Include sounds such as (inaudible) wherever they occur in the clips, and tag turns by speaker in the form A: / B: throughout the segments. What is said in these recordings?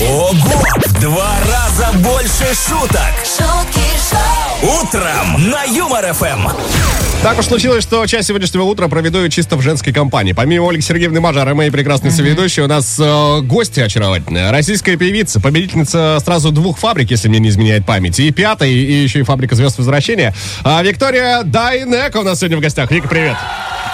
A: Ого! В два раза больше шуток!
B: шутки шоу,
A: Утром на Юмор ФМ!
C: Так уж случилось, что часть сегодняшнего утра проведу я чисто в женской компании. Помимо Ольги Сергеевны Мажара, моей прекрасной соведущей, у нас э, гости очаровательные. Российская певица, победительница сразу двух фабрик, если мне не изменяет память. И пятой, и еще и фабрика звезд возвращения. А Виктория Дайнека у нас сегодня в гостях. Вика, привет.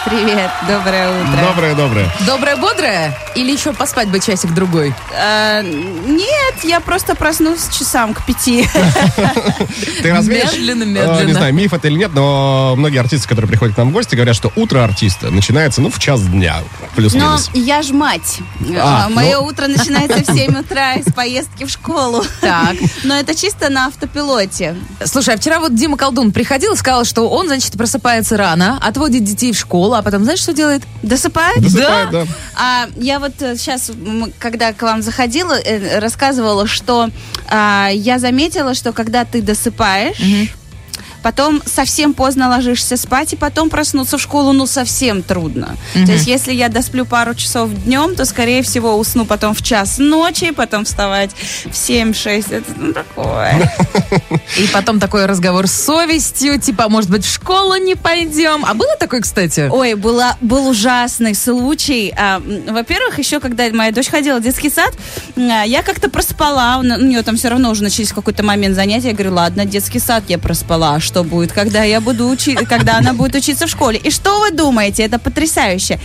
D: Привет, доброе утро.
C: Доброе, доброе.
E: Доброе, бодрое? Или еще поспать бы часик-другой?
D: Э, нет, я просто проснусь часам к пяти.
C: Ты развеешь?
E: Медленно,
C: э, Не
E: медленно.
C: знаю, миф это или нет, но многие артисты, которые приходят к нам в гости, говорят, что утро артиста начинается, ну, в час дня,
D: Но
C: плюс-минус.
D: я ж мать.
C: А,
D: А, Мое
C: ну.
D: утро начинается в 7 утра из поездки в школу.
E: Так.
D: Но это чисто на автопилоте.
E: Слушай, а вчера вот Дима Колдун приходил и сказал, что он, значит, просыпается рано, отводит детей в школу, а потом, знаешь, что делает?
D: Досыпает?
C: Досыпает, да.
D: А, я вот сейчас, когда к вам заходила, э, рассказывала, что а, я заметила, что когда ты досыпаешь, потом совсем поздно ложишься спать, и потом проснуться в школу, ну, совсем трудно. То есть, если я досплю пару часов днем, то, скорее всего, усну потом в час ночи, потом вставать в 7-6. Это ну, такое.
E: И потом такой разговор с совестью, типа, может быть, в школу не пойдем. А было такое, кстати?
D: Ой, была, был ужасный случай. А, м, во-первых, еще когда моя дочь ходила в детский сад, м, а, я как-то проспала. У на- у нее там все равно уже начались в какой-то момент занятия. Я говорю, ладно, детский сад я проспала. А Что будет, когда я буду учи- когда она будет учиться в школе? И что вы думаете? Это потрясающе.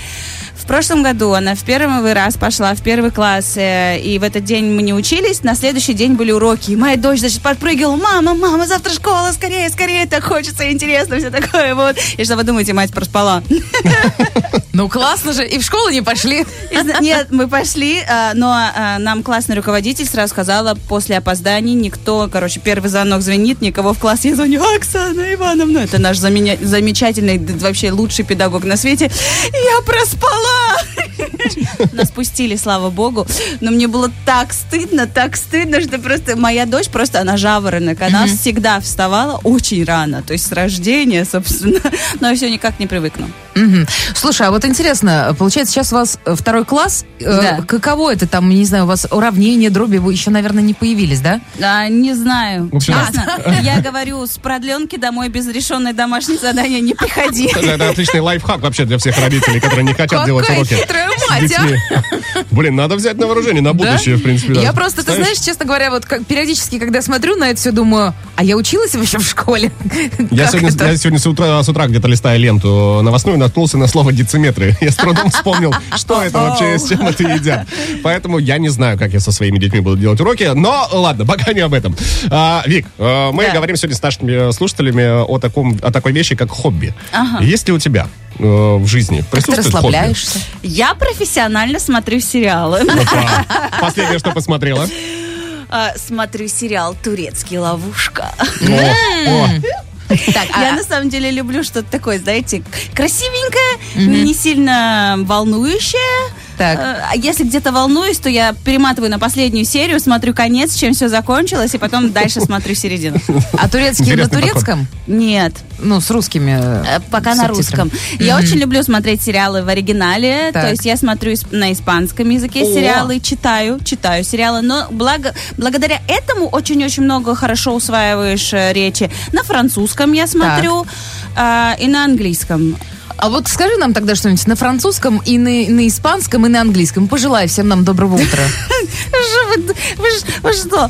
D: В прошлом году она в первый раз пошла в первый класс, э, и в этот день мы не учились, на следующий день были уроки. И моя дочь, значит, подпрыгивала, мама, мама, завтра школа, скорее, скорее, так хочется, интересно, все такое, вот. И что вы думаете, мать проспала?
E: Ну, классно же. И в школу не пошли.
D: И зна- Нет, мы пошли, а, но а, нам классный руководитель сразу сказала, после опозданий никто, короче, первый звонок звенит, никого в класс не звоню, Оксана Ивановна, это наш заменя- замечательный, д- вообще лучший педагог на свете, я проспала! (laughs) Нас пустили, слава богу, но мне было так стыдно, так стыдно, что просто моя дочь, просто она жаворонок, она всегда вставала очень рано, то есть с рождения, собственно, (laughs) но я все никак не привыкну.
E: Мгм. Слушай, а вот интересно, получается, сейчас у вас э, второй класс. Э,
D: Да.
E: Каково это там, не знаю, у вас уравнение, дроби, вы еще, наверное, не появились, да?
D: А, не знаю.
C: В общем,
D: Честно, я говорю, с продленки домой без решенной домашней задания не приходи.
C: Это, это отличный лайфхак вообще для всех родителей, которые не хотят делать
E: Какая
C: уроки.
E: хитрая
C: с
E: мать, а?
C: детьми. Блин, надо взять на вооружение на
E: Да?
C: будущее, в принципе. да.
E: Я просто, ты знаешь, честно говоря, вот как, периодически, когда смотрю на это все, думаю, а я училась вообще в школе? (laughs)
C: Я
E: Как
C: сегодня,
E: это?
C: я сегодня с утра, с утра где-то листая ленту новостную, наткнулся на слово дециметры. (laughs) Я с трудом вспомнил, что это вообще, с чем это едят. Поэтому я не знаю, как я со своими детьми буду делать уроки. Но ладно, пока не об этом. А, Вик, э, мы
D: Да.
C: говорим сегодня с нашими слушателями о, таком, о такой вещи, как хобби.
D: Ага.
C: Есть ли у тебя э, в жизни
E: Как ты
C: присутствует хобби?
E: расслабляешься?
D: Я профессионально смотрю сериалы.
C: Опа. Ну, Последнее, что посмотрела.
D: А, Смотрю сериал «Турецкий ловушка».
C: О, о.
E: Так, а-
D: Я на самом деле люблю что-то такое, знаете, красивенькое, не сильно волнующее.
E: Так.
D: Э, а Если где-то волнуюсь, то я перематываю на последнюю серию, смотрю конец, чем все закончилось, и потом дальше смотрю (laughs) середину.
E: а турецкий на
C: Интересный подход.
E: турецком?
D: Нет,
E: Ну, с русскими.
D: Э,
E: э,
D: Пока на
E: субтитрами.
D: русском. Я очень люблю смотреть сериалы в оригинале.
E: Так.
D: То есть я смотрю исп- на испанском языке
E: О.
D: сериалы, читаю, читаю сериалы. Но благо, благодаря этому очень-очень много хорошо усваиваешь э, речи. На французском я смотрю а, и на
E: (laughs)
D: английском.
E: А вот скажи нам тогда что-нибудь на французском, и на, на испанском, и на английском. Пожелай всем нам
D: (laughs)
E: доброго утра.
D: Ж- Вы, вы ж- вы
E: (laughs)
D: что?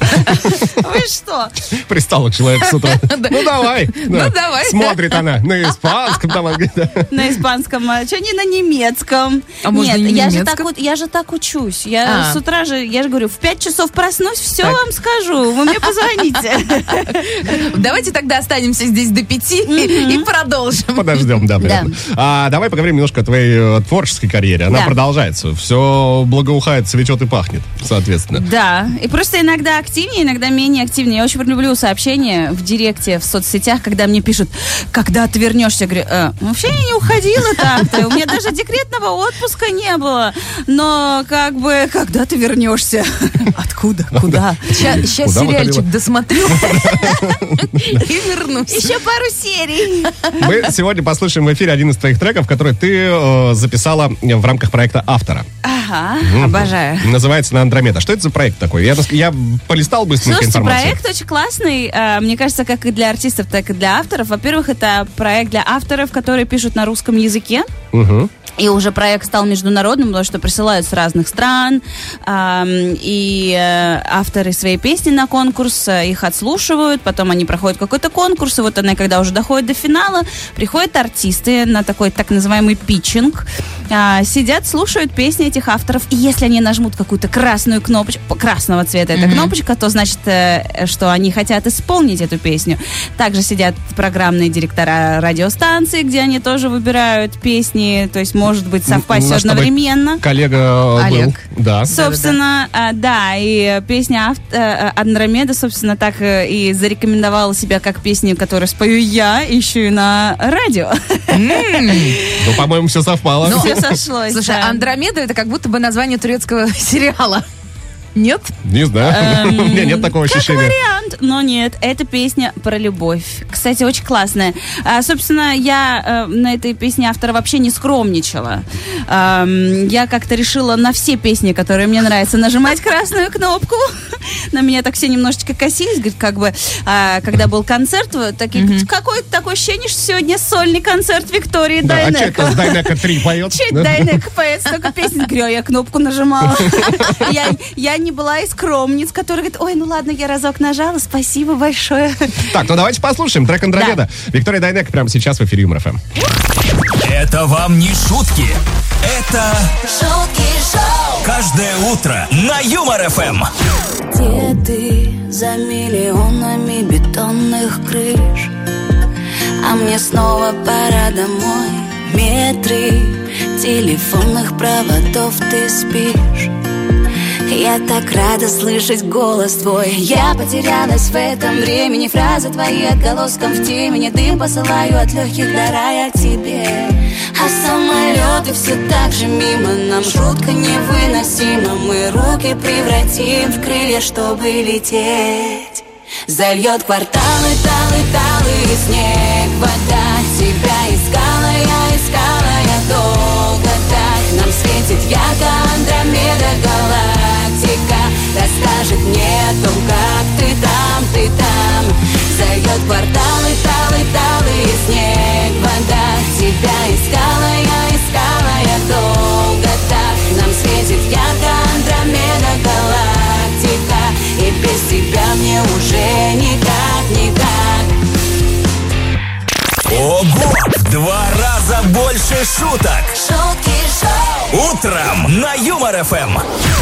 D: Вы что?
C: Пристала человек с утра. Ну давай. да.
E: Ну, давай.
C: Смотрит она на испанском. там, анг- да.
D: На испанском, а что не на немецком?
E: А может,
D: Нет,
E: и не
D: я же,
E: немецком?
D: так, вот- я же так учусь. Я
E: А.
D: с утра же, я же говорю, в 5 часов проснусь, все
E: Так.
D: вам скажу. Вы мне
E: (laughs)
D: позвоните.
E: Давайте тогда останемся здесь до пяти и, и
C: (laughs)
E: продолжим.
C: Подождем, да, понятно. А, давай поговорим немножко о твоей э, творческой карьере. Она
D: Да.
C: продолжается. Все благоухает, цветет и пахнет,
D: (laughs)
C: соответственно.
D: Да, и просто иногда активнее, иногда менее активнее. Я очень люблю сообщения в директе, в соцсетях, когда мне пишут, когда ты вернешься. Я говорю, «Э, вообще я не уходила так-то, у меня даже декретного отпуска не было. Но как бы, когда ты вернешься? Откуда? Куда?
E: Сейчас
C: Куда
E: сериальчик
C: выходила? (laughs)
E: досмотрю и вернусь.
D: Еще пару серий.
C: Мы сегодня послушаем в эфире один из твоих треков, который ты э, записала в рамках э, проекта автора.
D: Ага, обожаю.
C: Называется на Андромеда. Что это за проект такой? Я, дос- я полистал быстренько
D: Слушайте,
C: информацию.
D: проект очень классный, э, мне кажется, как и для артистов, так и для авторов. Во-первых, это проект для авторов, которые пишут на русском языке. И уже проект стал международным, потому что присылают с разных стран, ам, и э, авторы свои песни на конкурс, э, их отслушивают, потом они проходят какой-то конкурс, и вот она, когда уже доходит до финала, приходят артисты на такой так называемый питчинг, а, сидят, слушают песни этих авторов, и если они нажмут какую-то красную кнопочку, красного цвета эта кнопочка, то значит, э, что они хотят исполнить эту песню. Также сидят программные директора радиостанций, где они тоже выбирают песни, то есть может быть совпасть
E: ну,
D: все
C: Наш с тобой
D: одновременно.
C: Коллега э,
E: Олег.
C: был. Да.
D: Собственно, а, да, и э, песня авт- э, э, Андромеда, собственно, так э, и зарекомендовала себя как песню, которую спою я, еще и на радио.
C: Ну, по-моему, все совпало.
D: (laughs)
E: Ну,
D: Все сошлось.
E: Слушай,
D: да.
E: Андромеда это как будто бы название турецкого (laughs) сериала. Нет?
C: Не знаю. (laughs)
D: Эм,
C: У меня нет такого
D: как
C: ощущения.
D: вариант, но нет, это песня про любовь. Кстати, очень классная. А, собственно, я э, на этой песне автора вообще не скромничала. Эм, я как-то решила на все песни, которые мне нравятся, нажимать красную кнопку. (laughs) На меня так все немножечко косились, говорит, как бы, а, когда был концерт, вот такие, какое такое ощущение, что сегодня сольный концерт Виктории
C: Да, а
D: Дайнеко».
C: что это с Дайнека 3 поет?
D: Чуть
C: Да.
D: Дайнек поет столько песен. Говорю, а я кнопку нажимала. Я, я не была из скромниц, которая говорит, ой, ну ладно, я разок нажала, спасибо большое.
C: Так, ну давайте послушаем трек Андромеда. Виктория Дайнека прямо сейчас в эфире Юмор ФМ.
A: Это вам не шутки. Это
B: шутки шоу.
A: каждое утро на Юмор ФМ.
B: Где ты за миллионами бетонных крыш? А мне снова пора домой. Метры телефонных проводов ты спишь. Я так рада слышать голос твой Я потерялась в этом времени Фразы твои отголоском в темени Дым посылаю от легких до рая тебе А самолеты все так же мимо Нам шутка невыносима Мы руки превратим в крылья, чтобы лететь Зальет кварталы, талы, талы снег Вода тебя искала, я искала, я долго так Нам светит яко Андромеда галактика Расскажет мне о том, как ты там, ты там Зальет кварталы, талы, талы снег Вода тебя искала, я искала, я долго так Нам светит яко Андромеда галактика И без тебя мне уже никак, никак
A: Ого! В два раза больше шуток.
B: Шутки шоу!
A: Утром на Юмор ФМ.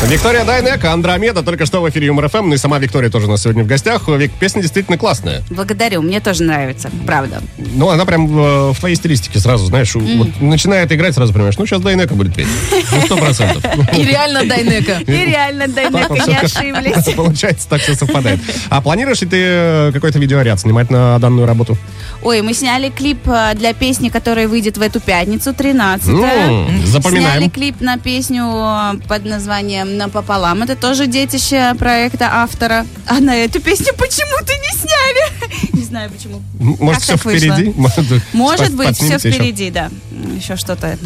C: Виктория Дайнека, Андромеда, только что в эфире Юмор ФМ. Ну и сама Виктория тоже у нас сегодня в гостях. Вик, песня действительно классная.
D: Благодарю, мне тоже нравится, правда.
C: Ну, она прям э, в твоей стилистике сразу, знаешь, вот начинает играть, сразу понимаешь, ну, сейчас Дайнека будет петь. Ну, сто
D: (laughs)
C: процентов.
E: И реально
C: (laughs)
E: Дайнека.
D: И реально,
C: Так
D: Дайнека
C: вот
D: не
C: всё-
D: ошиблись.
C: Получается, так все совпадает. А планируешь ли ты э, какой-то видеоряд снимать на данную работу?
D: Ой, мы сняли клип э, для песни, которая выйдет в эту пятницу, 13
C: М,
D: Сняли
C: Ну, Запоминаем.
D: клип на песню э, под названием «Напополам». Это тоже детище проекта автора. А на эту песню почему-то не сняли. (laughs) Не знаю почему.
C: М, Может, все
D: Как так вышло?
C: впереди? (laughs)
D: Может
C: Под-
D: быть, все
C: подснимете еще.
D: впереди, да. Еще что-то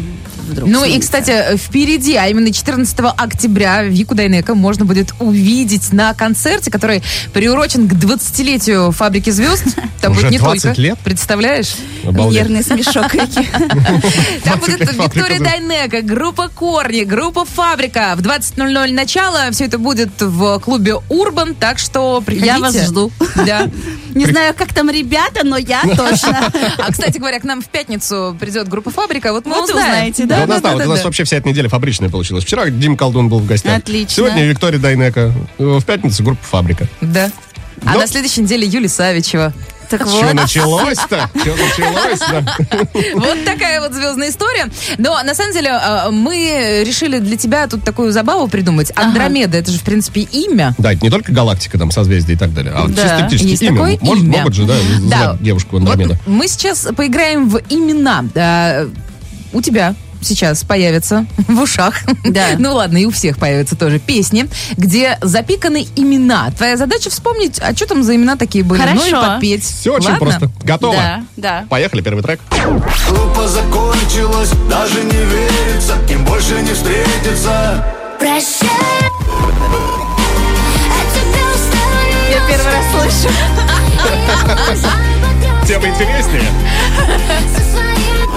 D: вдруг.
E: Ну и,
D: снимется.
E: кстати, впереди, а именно 14 октября Вику Дайнека можно будет увидеть на концерте, который приурочен к 20-летию
C: (laughs)
E: «Фабрики звезд». Там
C: Уже
E: будет не
C: 20
E: только.
C: лет? (laughs)
E: Представляешь?
C: Обалдеть.
D: Нервный смешок. Вики. (laughs)
E: Там
C: 20
E: будет
C: лет «Фабрика
E: Виктория
C: звезд».
E: Дайнека, группа «Корни», группа «Фабрика». В 20.00 начало. Все это будет в клубе «Урбан», так что приходите.
D: вас жду. (laughs)
E: Да.
D: Не знаю, как там ребята,
C: (laughs)
D: но я точно.
E: А, кстати говоря, к нам в пятницу придет группа «Фабрика». Вот мы
D: Вот
E: узнаем.
D: узнаете,
C: Да,
D: Да,
C: у нас, да, вот у нас
E: да.
C: вообще вся эта неделя фабричная получилась. Вчера Дим Колдун был в гостях.
D: Отлично.
C: Сегодня Виктория Дайнека. Э, В пятницу группа «Фабрика».
E: Да. А
C: Ну.
E: на следующей неделе Юлия Савичева.
D: Так
C: Что
D: вот.
C: началось-то? Что началось? Да.
E: Вот такая вот звездная история. Но на самом деле э, мы решили для тебя тут такую забаву придумать. Андромеда, это же в принципе имя.
C: Да, это не только галактика, там, созвездие и так далее, а вот
E: Да,
C: чисто
E: есть
C: птички имя.
E: такое
C: Может-
E: имя.
C: Могут же, да,
E: Да.
C: знать девушку Андромеда.
E: Вот мы сейчас поиграем в имена. Э, У тебя сейчас появится (laughs) в ушах.
D: Да.
E: (laughs) Ну ладно, и у всех появятся тоже песни, где запиканы имена. Твоя задача вспомнить, а что там за имена такие были. Ну и
D: Хорошо.
E: подпеть.
C: Все очень
E: Ладно?
C: просто. Готово?
D: Да, да.
C: Поехали, первый трек.
F: Группа закончилась, даже не верится, им больше не встретиться. Прощай. От тебя
D: (laughs)
F: устаю
D: Я первый раз слышу.
C: Тема интереснее.
E: (laughs)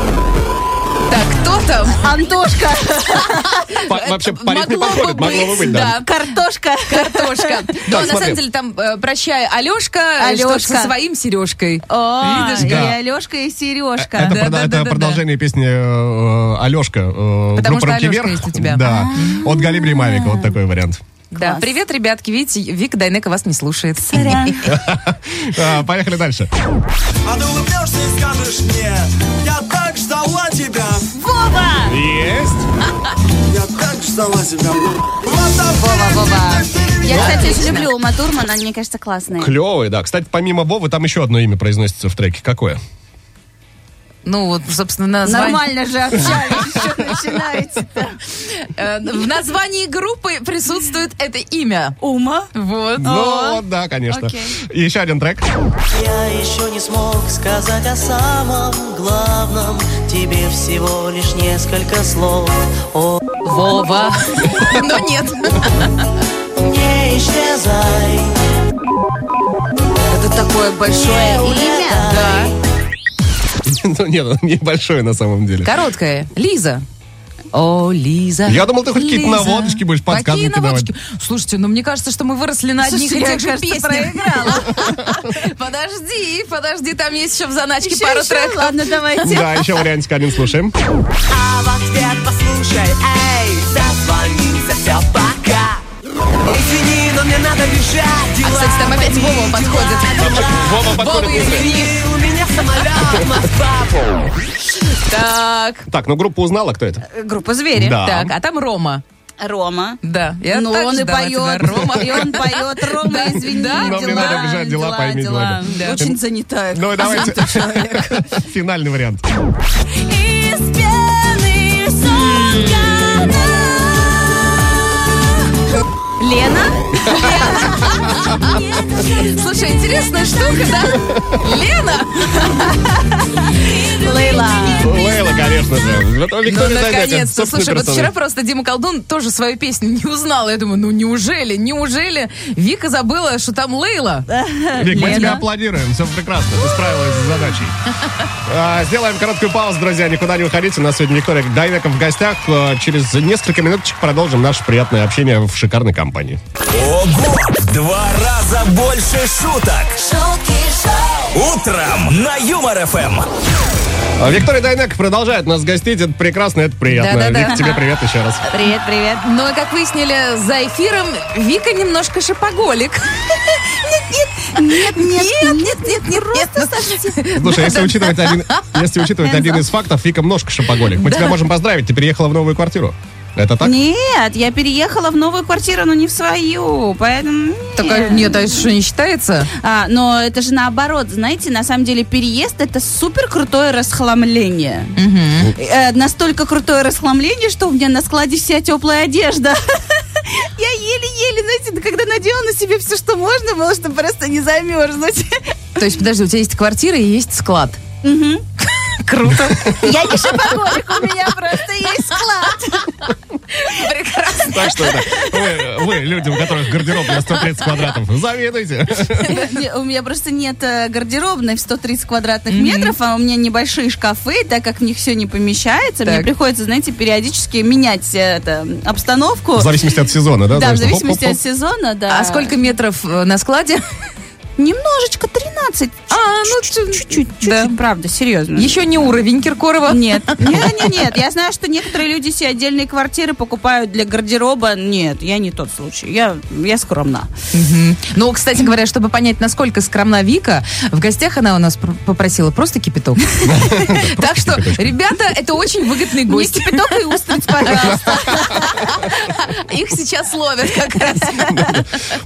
E: Так, кто там?
D: Антошка,
C: По- (laughs) вообще по ритме
E: Могло бы
C: подходит, могло бы быть, да.
D: картошка.
E: (laughs)
D: (laughs)
E: Картошка. Но на
C: смотри.
E: самом деле там, э, прощай, Алешка,
D: Алёшка.
E: со своим Сережкой.
D: О,
C: Видишь,
D: и
C: А, да. Э,
D: Алешка, и
C: Это,
D: Сережка.
E: да,
C: прода-
E: да,
C: это
E: да, да.
C: продолжение песни э, Алешка.
E: Потому что
C: группа
E: Алёшка
C: «Руки вверх».
E: есть у тебя.
C: Да. От Галибри Мавика. Вот такой вариант.
E: Да. Привет, ребятки, видите, Вика Дайнека вас не слушает.
D: Сорян.
C: А, Поехали дальше.
A: А ты улыбнешься и скажешь мне, я так ждала тебя,
D: Вова!
C: Есть.
A: я так ждала тебя. Вова,
E: Вова.
D: Я, кстати, очень люблю Ума Турман, она, мне кажется, классная.
C: Клевый, да. Кстати, помимо Вовы, там еще одно имя произносится в треке. Какое?
E: Ну вот, собственно, название.
D: Нормально же общались, что (laughs) начинаете-то?
E: Э, В названии группы присутствует это имя.
D: Ума?
E: Вот.
C: Ну, вот, да, конечно.
D: окей.
C: И еще один трек. (laughs)
G: Я еще не смог сказать о самом главном Тебе всего лишь несколько слов О,
E: Вова. Но нет.
G: не исчезай
E: Это такое
D: Э,
E: большое
D: Имя?
E: Да.
C: Ну, нет, он небольшой на самом деле.
E: Короткое. Лиза. О, Лиза.
C: Я думал, ты хоть какие-то
E: Лиза.
C: наводочки будешь, подсказки
E: Какие
C: давать.
E: наводочки? Слушайте, ну мне кажется, что мы выросли на одних
D: Слушайте,
E: и
D: я,
E: тех же
D: кажется,
E: песнях.
D: (laughs)
E: (laughs) Подожди, подожди, там есть еще в заначке
D: Еще,
E: пара
D: еще?
E: треков.
D: Ладно, давайте.
C: Да, еще вариантик один слушаем.
H: А в ответ послушай, эй, дозвонился, все, пока. Извини, но мне надо бежать, дела
E: А, кстати, там опять Вова подходит.
C: Вова
E: Вова,
C: подходит быстро.
E: извини.
H: у меня (laughs) самолет, Москва.
E: Так,
C: Так, ну группа узнала, кто
E: Э,
C: это?
D: Группа «Звери».
C: Да.
E: так, а там Рома.
D: Рома.
E: Да, я
D: ну,
E: так
D: он и
E: ждала тебя,
D: поет,
E: Рома.
D: и он поет, Рома,
E: Да,
D: извини,
E: да.
D: дела,
C: Но мне надо бежать, дела пойми,
D: дела.
C: Влада.
E: Да.
D: Очень занятая.
C: Ну, давайте. (laughs) Финальный вариант.
B: Из пены
D: Лена?
E: Слушай, интересная штука,
C: (laughs)
E: да? Лена?
D: Лейла.
C: Лейла, конечно же. Вот он
E: Ну,
C: Виктория Дайнека,
E: наконец-то.
C: собственный
E: Слушай, вот
C: персонаж.
E: вчера просто Дима Колдун тоже свою песню не узнал. Я думаю, ну неужели, неужели Вика забыла, что там Лейла?
C: Вик, мы
D: Лена.
C: тебя аплодируем. Все прекрасно. Ты справилась с задачей. А, Сделаем короткую паузу, друзья. Никуда не уходите. У нас сегодня Виктория Дайнека в гостях. А, Через несколько минуточек продолжим наше приятное общение в шикарной компании.
A: Ого! В два раза больше шуток! Утром на Юмор ФМ!
C: А, Виктория Дайнек продолжает нас гостить. Это прекрасно, это приятно.
E: Да-да-да.
C: Вик, тебе привет еще раз.
D: Привет, привет.
E: Но, Ну, а как выяснили за эфиром, Вика немножко шопоголик.
D: Нет, нет, нет, нет, нет,
E: Просто
C: Слушай, а если учитывать один, если учитывать один из фактов, Вика множко шопоголик. Мы тебя можем поздравить, ты переехала в новую квартиру. Это так?
D: Нет, я переехала в новую квартиру, но не в свою, поэтому...
E: Такая, нет, а это что, не считается?
D: А, но это же наоборот, знаете, на самом деле переезд это супер крутое расхламление. Э, настолько крутое расхламление, что у меня на складе вся теплая одежда. (laughs) Я еле-еле, знаете, когда надела на себе все, что можно было, чтобы просто не замерзнуть.
E: То есть, подожди, у тебя есть квартира и есть склад. Круто.
D: Я не шопоголик, у меня просто есть склад.
E: Прекрасно.
C: Так что это, вы, вы, люди, у которых гардероб на 130 квадратов, завидуйте.
D: Не, У меня просто нет э, гардеробной в 130 квадратных метров, а у меня небольшие шкафы, так как в них все не помещается, мне
E: Так.
D: приходится, знаете, периодически менять э, это, обстановку.
C: В зависимости от сезона, да?
D: Да, в
C: Знаешь,
D: зависимости
C: хоп-хоп-хоп.
D: от сезона, да.
E: А сколько метров э, на складе?
D: Немножечко 13.
E: А, ну,
D: Чуть-чуть,
E: да.
D: чуть-чуть, правда, серьезно.
E: Еще не уровень Киркорова.
D: Нет, нет, нет, нет. Я знаю, что некоторые люди себе отдельные квартиры покупают для гардероба. Нет, я не тот случай. Я, я скромна.
E: Мгм. Ну, кстати говоря, чтобы понять, насколько скромна Вика, в гостях она у нас пр- попросила просто
C: (laughs)
E: кипяток. Так что, ребята, это очень выгодный гость.
D: кипяток и устриц, пожалуйста.
E: (laughs) Их сейчас ловят как раз.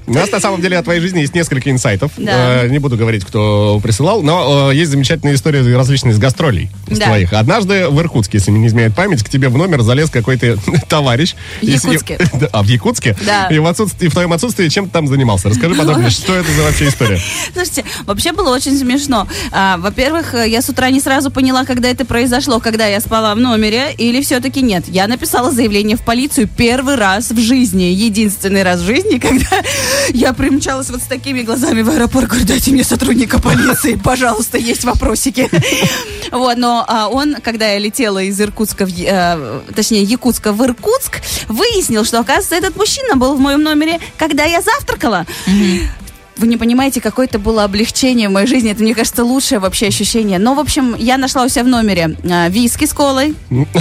C: У нас на самом деле о твоей жизни есть несколько инсайтов.
D: Да.
C: Э, не буду говорить, кто присылал, но э, есть замечательные истории различные из гастролей из
D: Да.
C: твоих. Однажды в Иркутске, если мне не изменяет память, к тебе в номер залез какой-то (laughs) товарищ.
E: В
C: И с ним-
E: Якутске.
C: (laughs) Да, а, в Якутске?
D: Да.
C: И в, отсутствии, и в твоем отсутствии чем ты там занимался?
E: Ну,
C: Расскажи подробнее, что это за вообще история?
D: Слушайте, вообще было очень смешно. А, во-первых, э, я с утра не сразу поняла, когда это произошло, когда я спала в номере, или все-таки нет. Я написала заявление в полицию первый раз в жизни, единственный раз в жизни, (laughs) когда я примчалась вот с такими глазами в аэропорт, говорю, дайте мне сотрудника полиции, (laughs) пожалуйста, есть вопросики. (laughs) Вот, но а, он, когда я летела из Иркутска, в Е- э, точнее, Якутска в Иркутск, выяснил, что, оказывается, этот мужчина был в моем номере, когда я завтракала. Вы не понимаете, какое это было облегчение в моей жизни. Это, мне кажется, лучшее вообще ощущение. Но, в общем, я нашла у себя в номере а, виски с колой.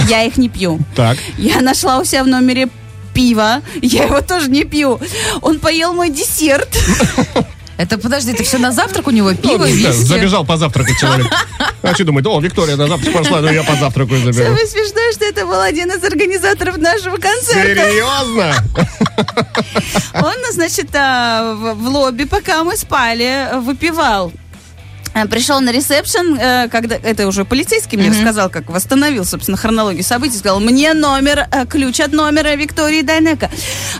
D: Я их не пью.
C: Так.
D: Я нашла у себя в номере пиво. Я его тоже не пью. Он поел мой десерт.
E: Это, подожди, это все на завтрак у него? (laughs) Пиво,
C: Ну, да,
E: виски?
C: Забежал позавтракать человек. А что думает? О, Виктория на завтрак пошла, ну я позавтракаю и заберу.
D: Самое смешное, что это был один из организаторов нашего концерта.
C: Серьезно? (laughs)
D: Он, значит, а, в в лобби, пока мы спали, выпивал. А, Пришел на ресепшн, э, когда это уже полицейский мне рассказал, как восстановил, собственно, хронологию событий, сказал, мне номер, э, ключ от номера Виктории Дайнека.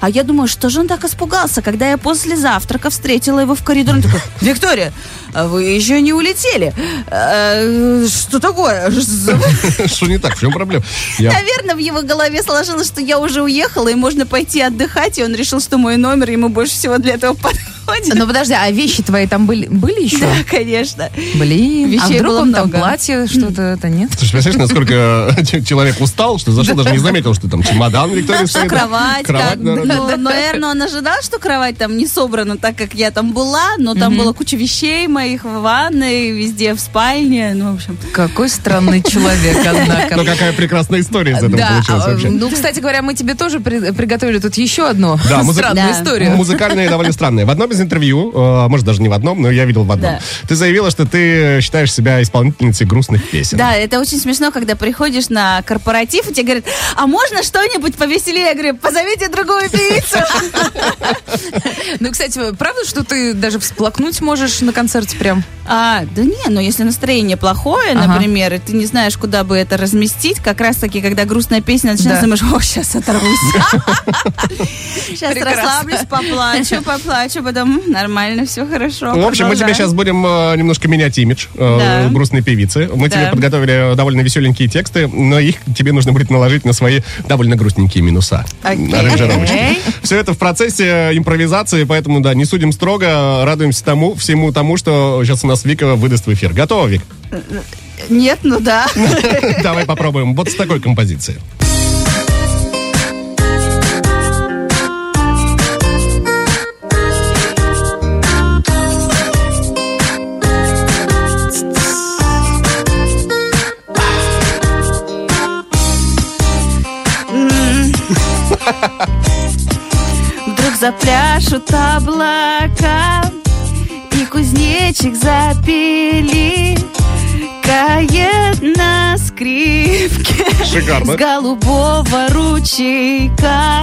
D: А я думаю, что же он так испугался, когда я после завтрака встретила его в коридоре. Он такой, Виктория, а вы еще не улетели. Э, Что такое?
C: Что не так? В чем проблема? Я
D: Наверное, в его голове сложилось, что я уже уехала, и можно пойти отдыхать, и он решил, что мой номер ему больше всего для этого подходит.
E: Ну, подожди, а вещи твои там были, были еще?
D: Да, (laughs) конечно.
E: Блин, а
D: Вещей
E: вдруг
D: было
E: он там
D: много.
E: платье что-то, это нет?
C: Слушай, представляешь,
D: (laughs)
C: насколько ч- человек устал, что зашел, даже не заметил, что там чемодан Виктория
D: Что
C: стоит.
D: А кровать,
C: Кровать,
D: как,
C: наверное.
D: ну, наверное, он ожидал, что кровать там не собрана, так как я там была, но там была куча вещей моих в ванной, везде в спальне, ну, в общем.
E: Какой странный человек, однако.
C: Ну, какая прекрасная история из этого
E: Да,
C: получилась
E: а,
C: вообще.
E: ну, кстати говоря, мы тебе тоже при- приготовили тут еще одну
C: Да, музы-
E: странную
D: Да.
E: историю.
C: Музыкальная и довольно странная. В одном из интервью, э, может, даже не в одном, но я видел в одном,
D: Да.
C: ты заявила, что ты считаешь себя исполнительницей грустных песен.
D: Да, это очень смешно, когда приходишь на корпоратив, и тебе говорят, а можно что-нибудь повеселее? Я говорю, позовите другую певицу.
E: Ну, кстати, правда, что ты даже всплакнуть можешь на концерте прям?
D: А, да не, но если настроение плохое,
E: Ага.
D: например, и ты не знаешь, куда бы это разместить, как раз таки, когда грустная песня начинается,
E: Да.
D: думаешь, о, сейчас (laughs) оторвусь. Сейчас
E: Прекрасно.
D: расслаблюсь, поплачу, поплачу, потом м, нормально, все хорошо.
C: Ну, В общем, мы тебе
D: продолжаем».
C: сейчас будем э, немножко менять имидж э,
D: Да.
C: грустной певицы. Мы
D: Да.
C: тебе подготовили довольно веселенькие тексты, но их тебе нужно будет наложить на свои довольно грустненькие минуса.
D: Окей.
C: Аранжировочки.
D: Окей.
C: Все это в процессе э, импровизации, поэтому, да, не судим строго, радуемся тому, всему тому, что сейчас у нас Вика выдаст в эфир. Готова,
D: (laughs)
C: Вик?
D: Нет, ну да.
C: Давай попробуем. Вот с такой композицией.
D: (laughs) Вдруг запляшут облака И кузнечик запели Кает на скрипке С
C: Шикарно.
D: голубого ручейка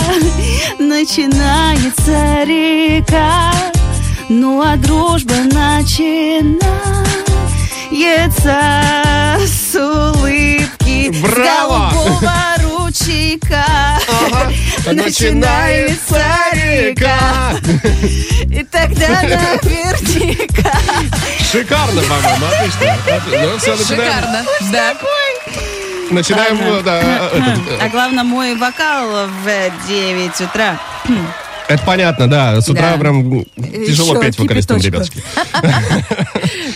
D: Начинается река Ну а дружба начинается С улыбки
C: Браво!
D: С голубого ручейка Начинается река И тогда наверняка
C: Шикарно, по-моему, отлично. Отлично. Ну, все, начинаем.
E: Шикарно. Да.
C: Начинаем, э, да, э, этот, э,
D: А главное, мой вокал в 9 утра
C: Это понятно, да. С утра
D: Да.
C: прям тяжело
D: Ещё
C: петь вокалистам,
D: кипяточка.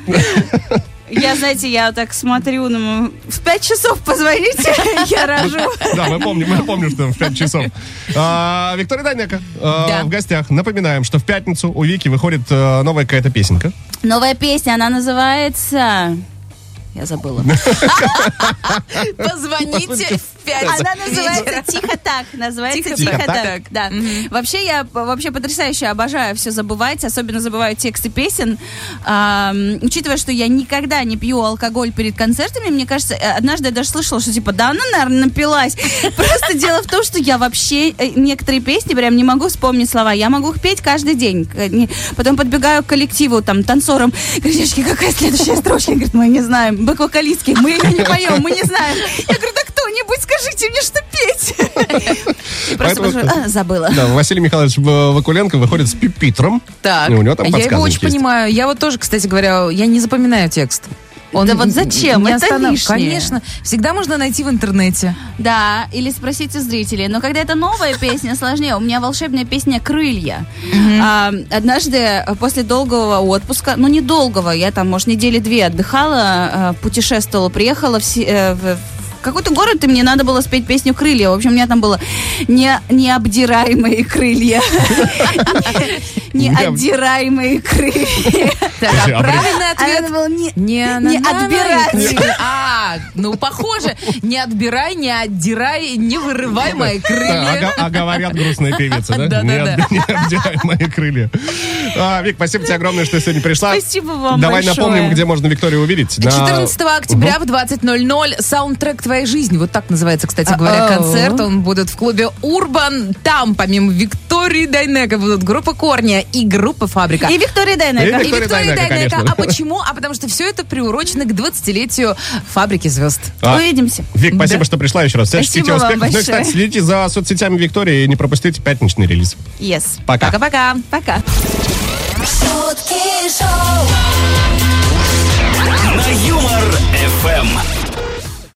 C: ребятки.
D: Я, знаете, я так смотрю, ну, в 5 часов позвоните, (laughs) я рожу.
C: Да, мы помним, мы помним, что в 5 часов. А, Виктория Дайнека а,
E: Да.
C: в гостях. Напоминаем, что в пятницу у Вики выходит а, новая какая-то э, песенка.
D: Новая песня, она называется... Я забыла.
E: Позвоните в пять
D: Она
E: вечера.
D: называется «Тихо так». Называется
E: «Тихо
D: «Тихо,
E: так».
D: так».
E: Так.
D: Да. Вообще, я п- вообще потрясающе обожаю все забывать. Особенно забываю тексты песен. Ам, учитывая, что я никогда не пью алкоголь перед концертами, мне кажется, э, однажды я даже слышала, что типа, да она, наверное, напилась. Просто дело в том, что я вообще э, некоторые песни прям не могу вспомнить слова. Я могу их петь каждый день. К- не- Потом подбегаю к коллективу, там, танцорам. Говорю, девочки, какая следующая строчка? Говорит, мы не знаем. Бэк-вокалистки, мы ее не поем, мы не знаем. Я говорю, да кто-нибудь скажите мне, что петь. И просто
C: Поэтому-
D: посмотрю, «А, забыла.
C: Да, Василий Михайлович э, Вакуленко выходит с пипитром.
E: Так.
C: И у него там
E: я его
C: подсказки
E: очень
C: есть.
E: понимаю. Я вот тоже, кстати говоря, я не запоминаю текст. Он
D: Да вот
E: н-
D: зачем?
E: не
D: Это
E: останов-
D: лишнее.
E: Конечно. Всегда можно найти в интернете.
D: Да, или спросите зрителей. Но когда это новая песня, сложнее. У меня волшебная песня «Крылья». А, Однажды э, после долгого отпуска, ну недолгого, я там, может, недели две отдыхала, э, путешествовала, приехала в Си- э, в в какой-то город, и мне надо было спеть песню «Крылья». В общем, у меня там было не, необдираемые крылья. Необдираемые крылья.
E: Так, а
C: а при-
E: правильный
D: А
E: ответ
D: она была не-
E: Не,
D: Не
E: на- на-
D: отбирать.
E: на- А, ну похоже. Не отбирай, не отдирай, не вырывай мои
C: Да, а,
E: крылья.
C: га- а говорят грустные певицы, да?
E: Да-да-да.
C: Не отби- не обдирай мои крылья. А, Вик, спасибо тебе огромное, что сегодня пришла.
D: Спасибо вам
C: Давай
D: большое.
C: напомним, где можно Викторию увидеть. На-
E: 14 октября в 20.00 саундтрек твоей жизни. Вот так называется, кстати говоря,
D: А-а-а.
E: концерт. Он будет в клубе Урбан. Там, помимо Виктории Дайнека, будут группа Корня и группа Фабрика.
D: И Виктория Дайнека.
C: И Виктория Дайнека, конечно.
E: А почему? А потому что все это приурочено к 20-летию Фабрики звезд.
C: А,
D: Увидимся.
C: Вик, спасибо, что пришла еще раз. Всяческих тебе
D: Спасибо вам
C: успехов. Ну и,
D: большое.
C: кстати, следите за соцсетями Виктории и не пропустите пятничный релиз.
D: Yes.
C: Пока.
D: Пока-пока. Пока.
F: Шоу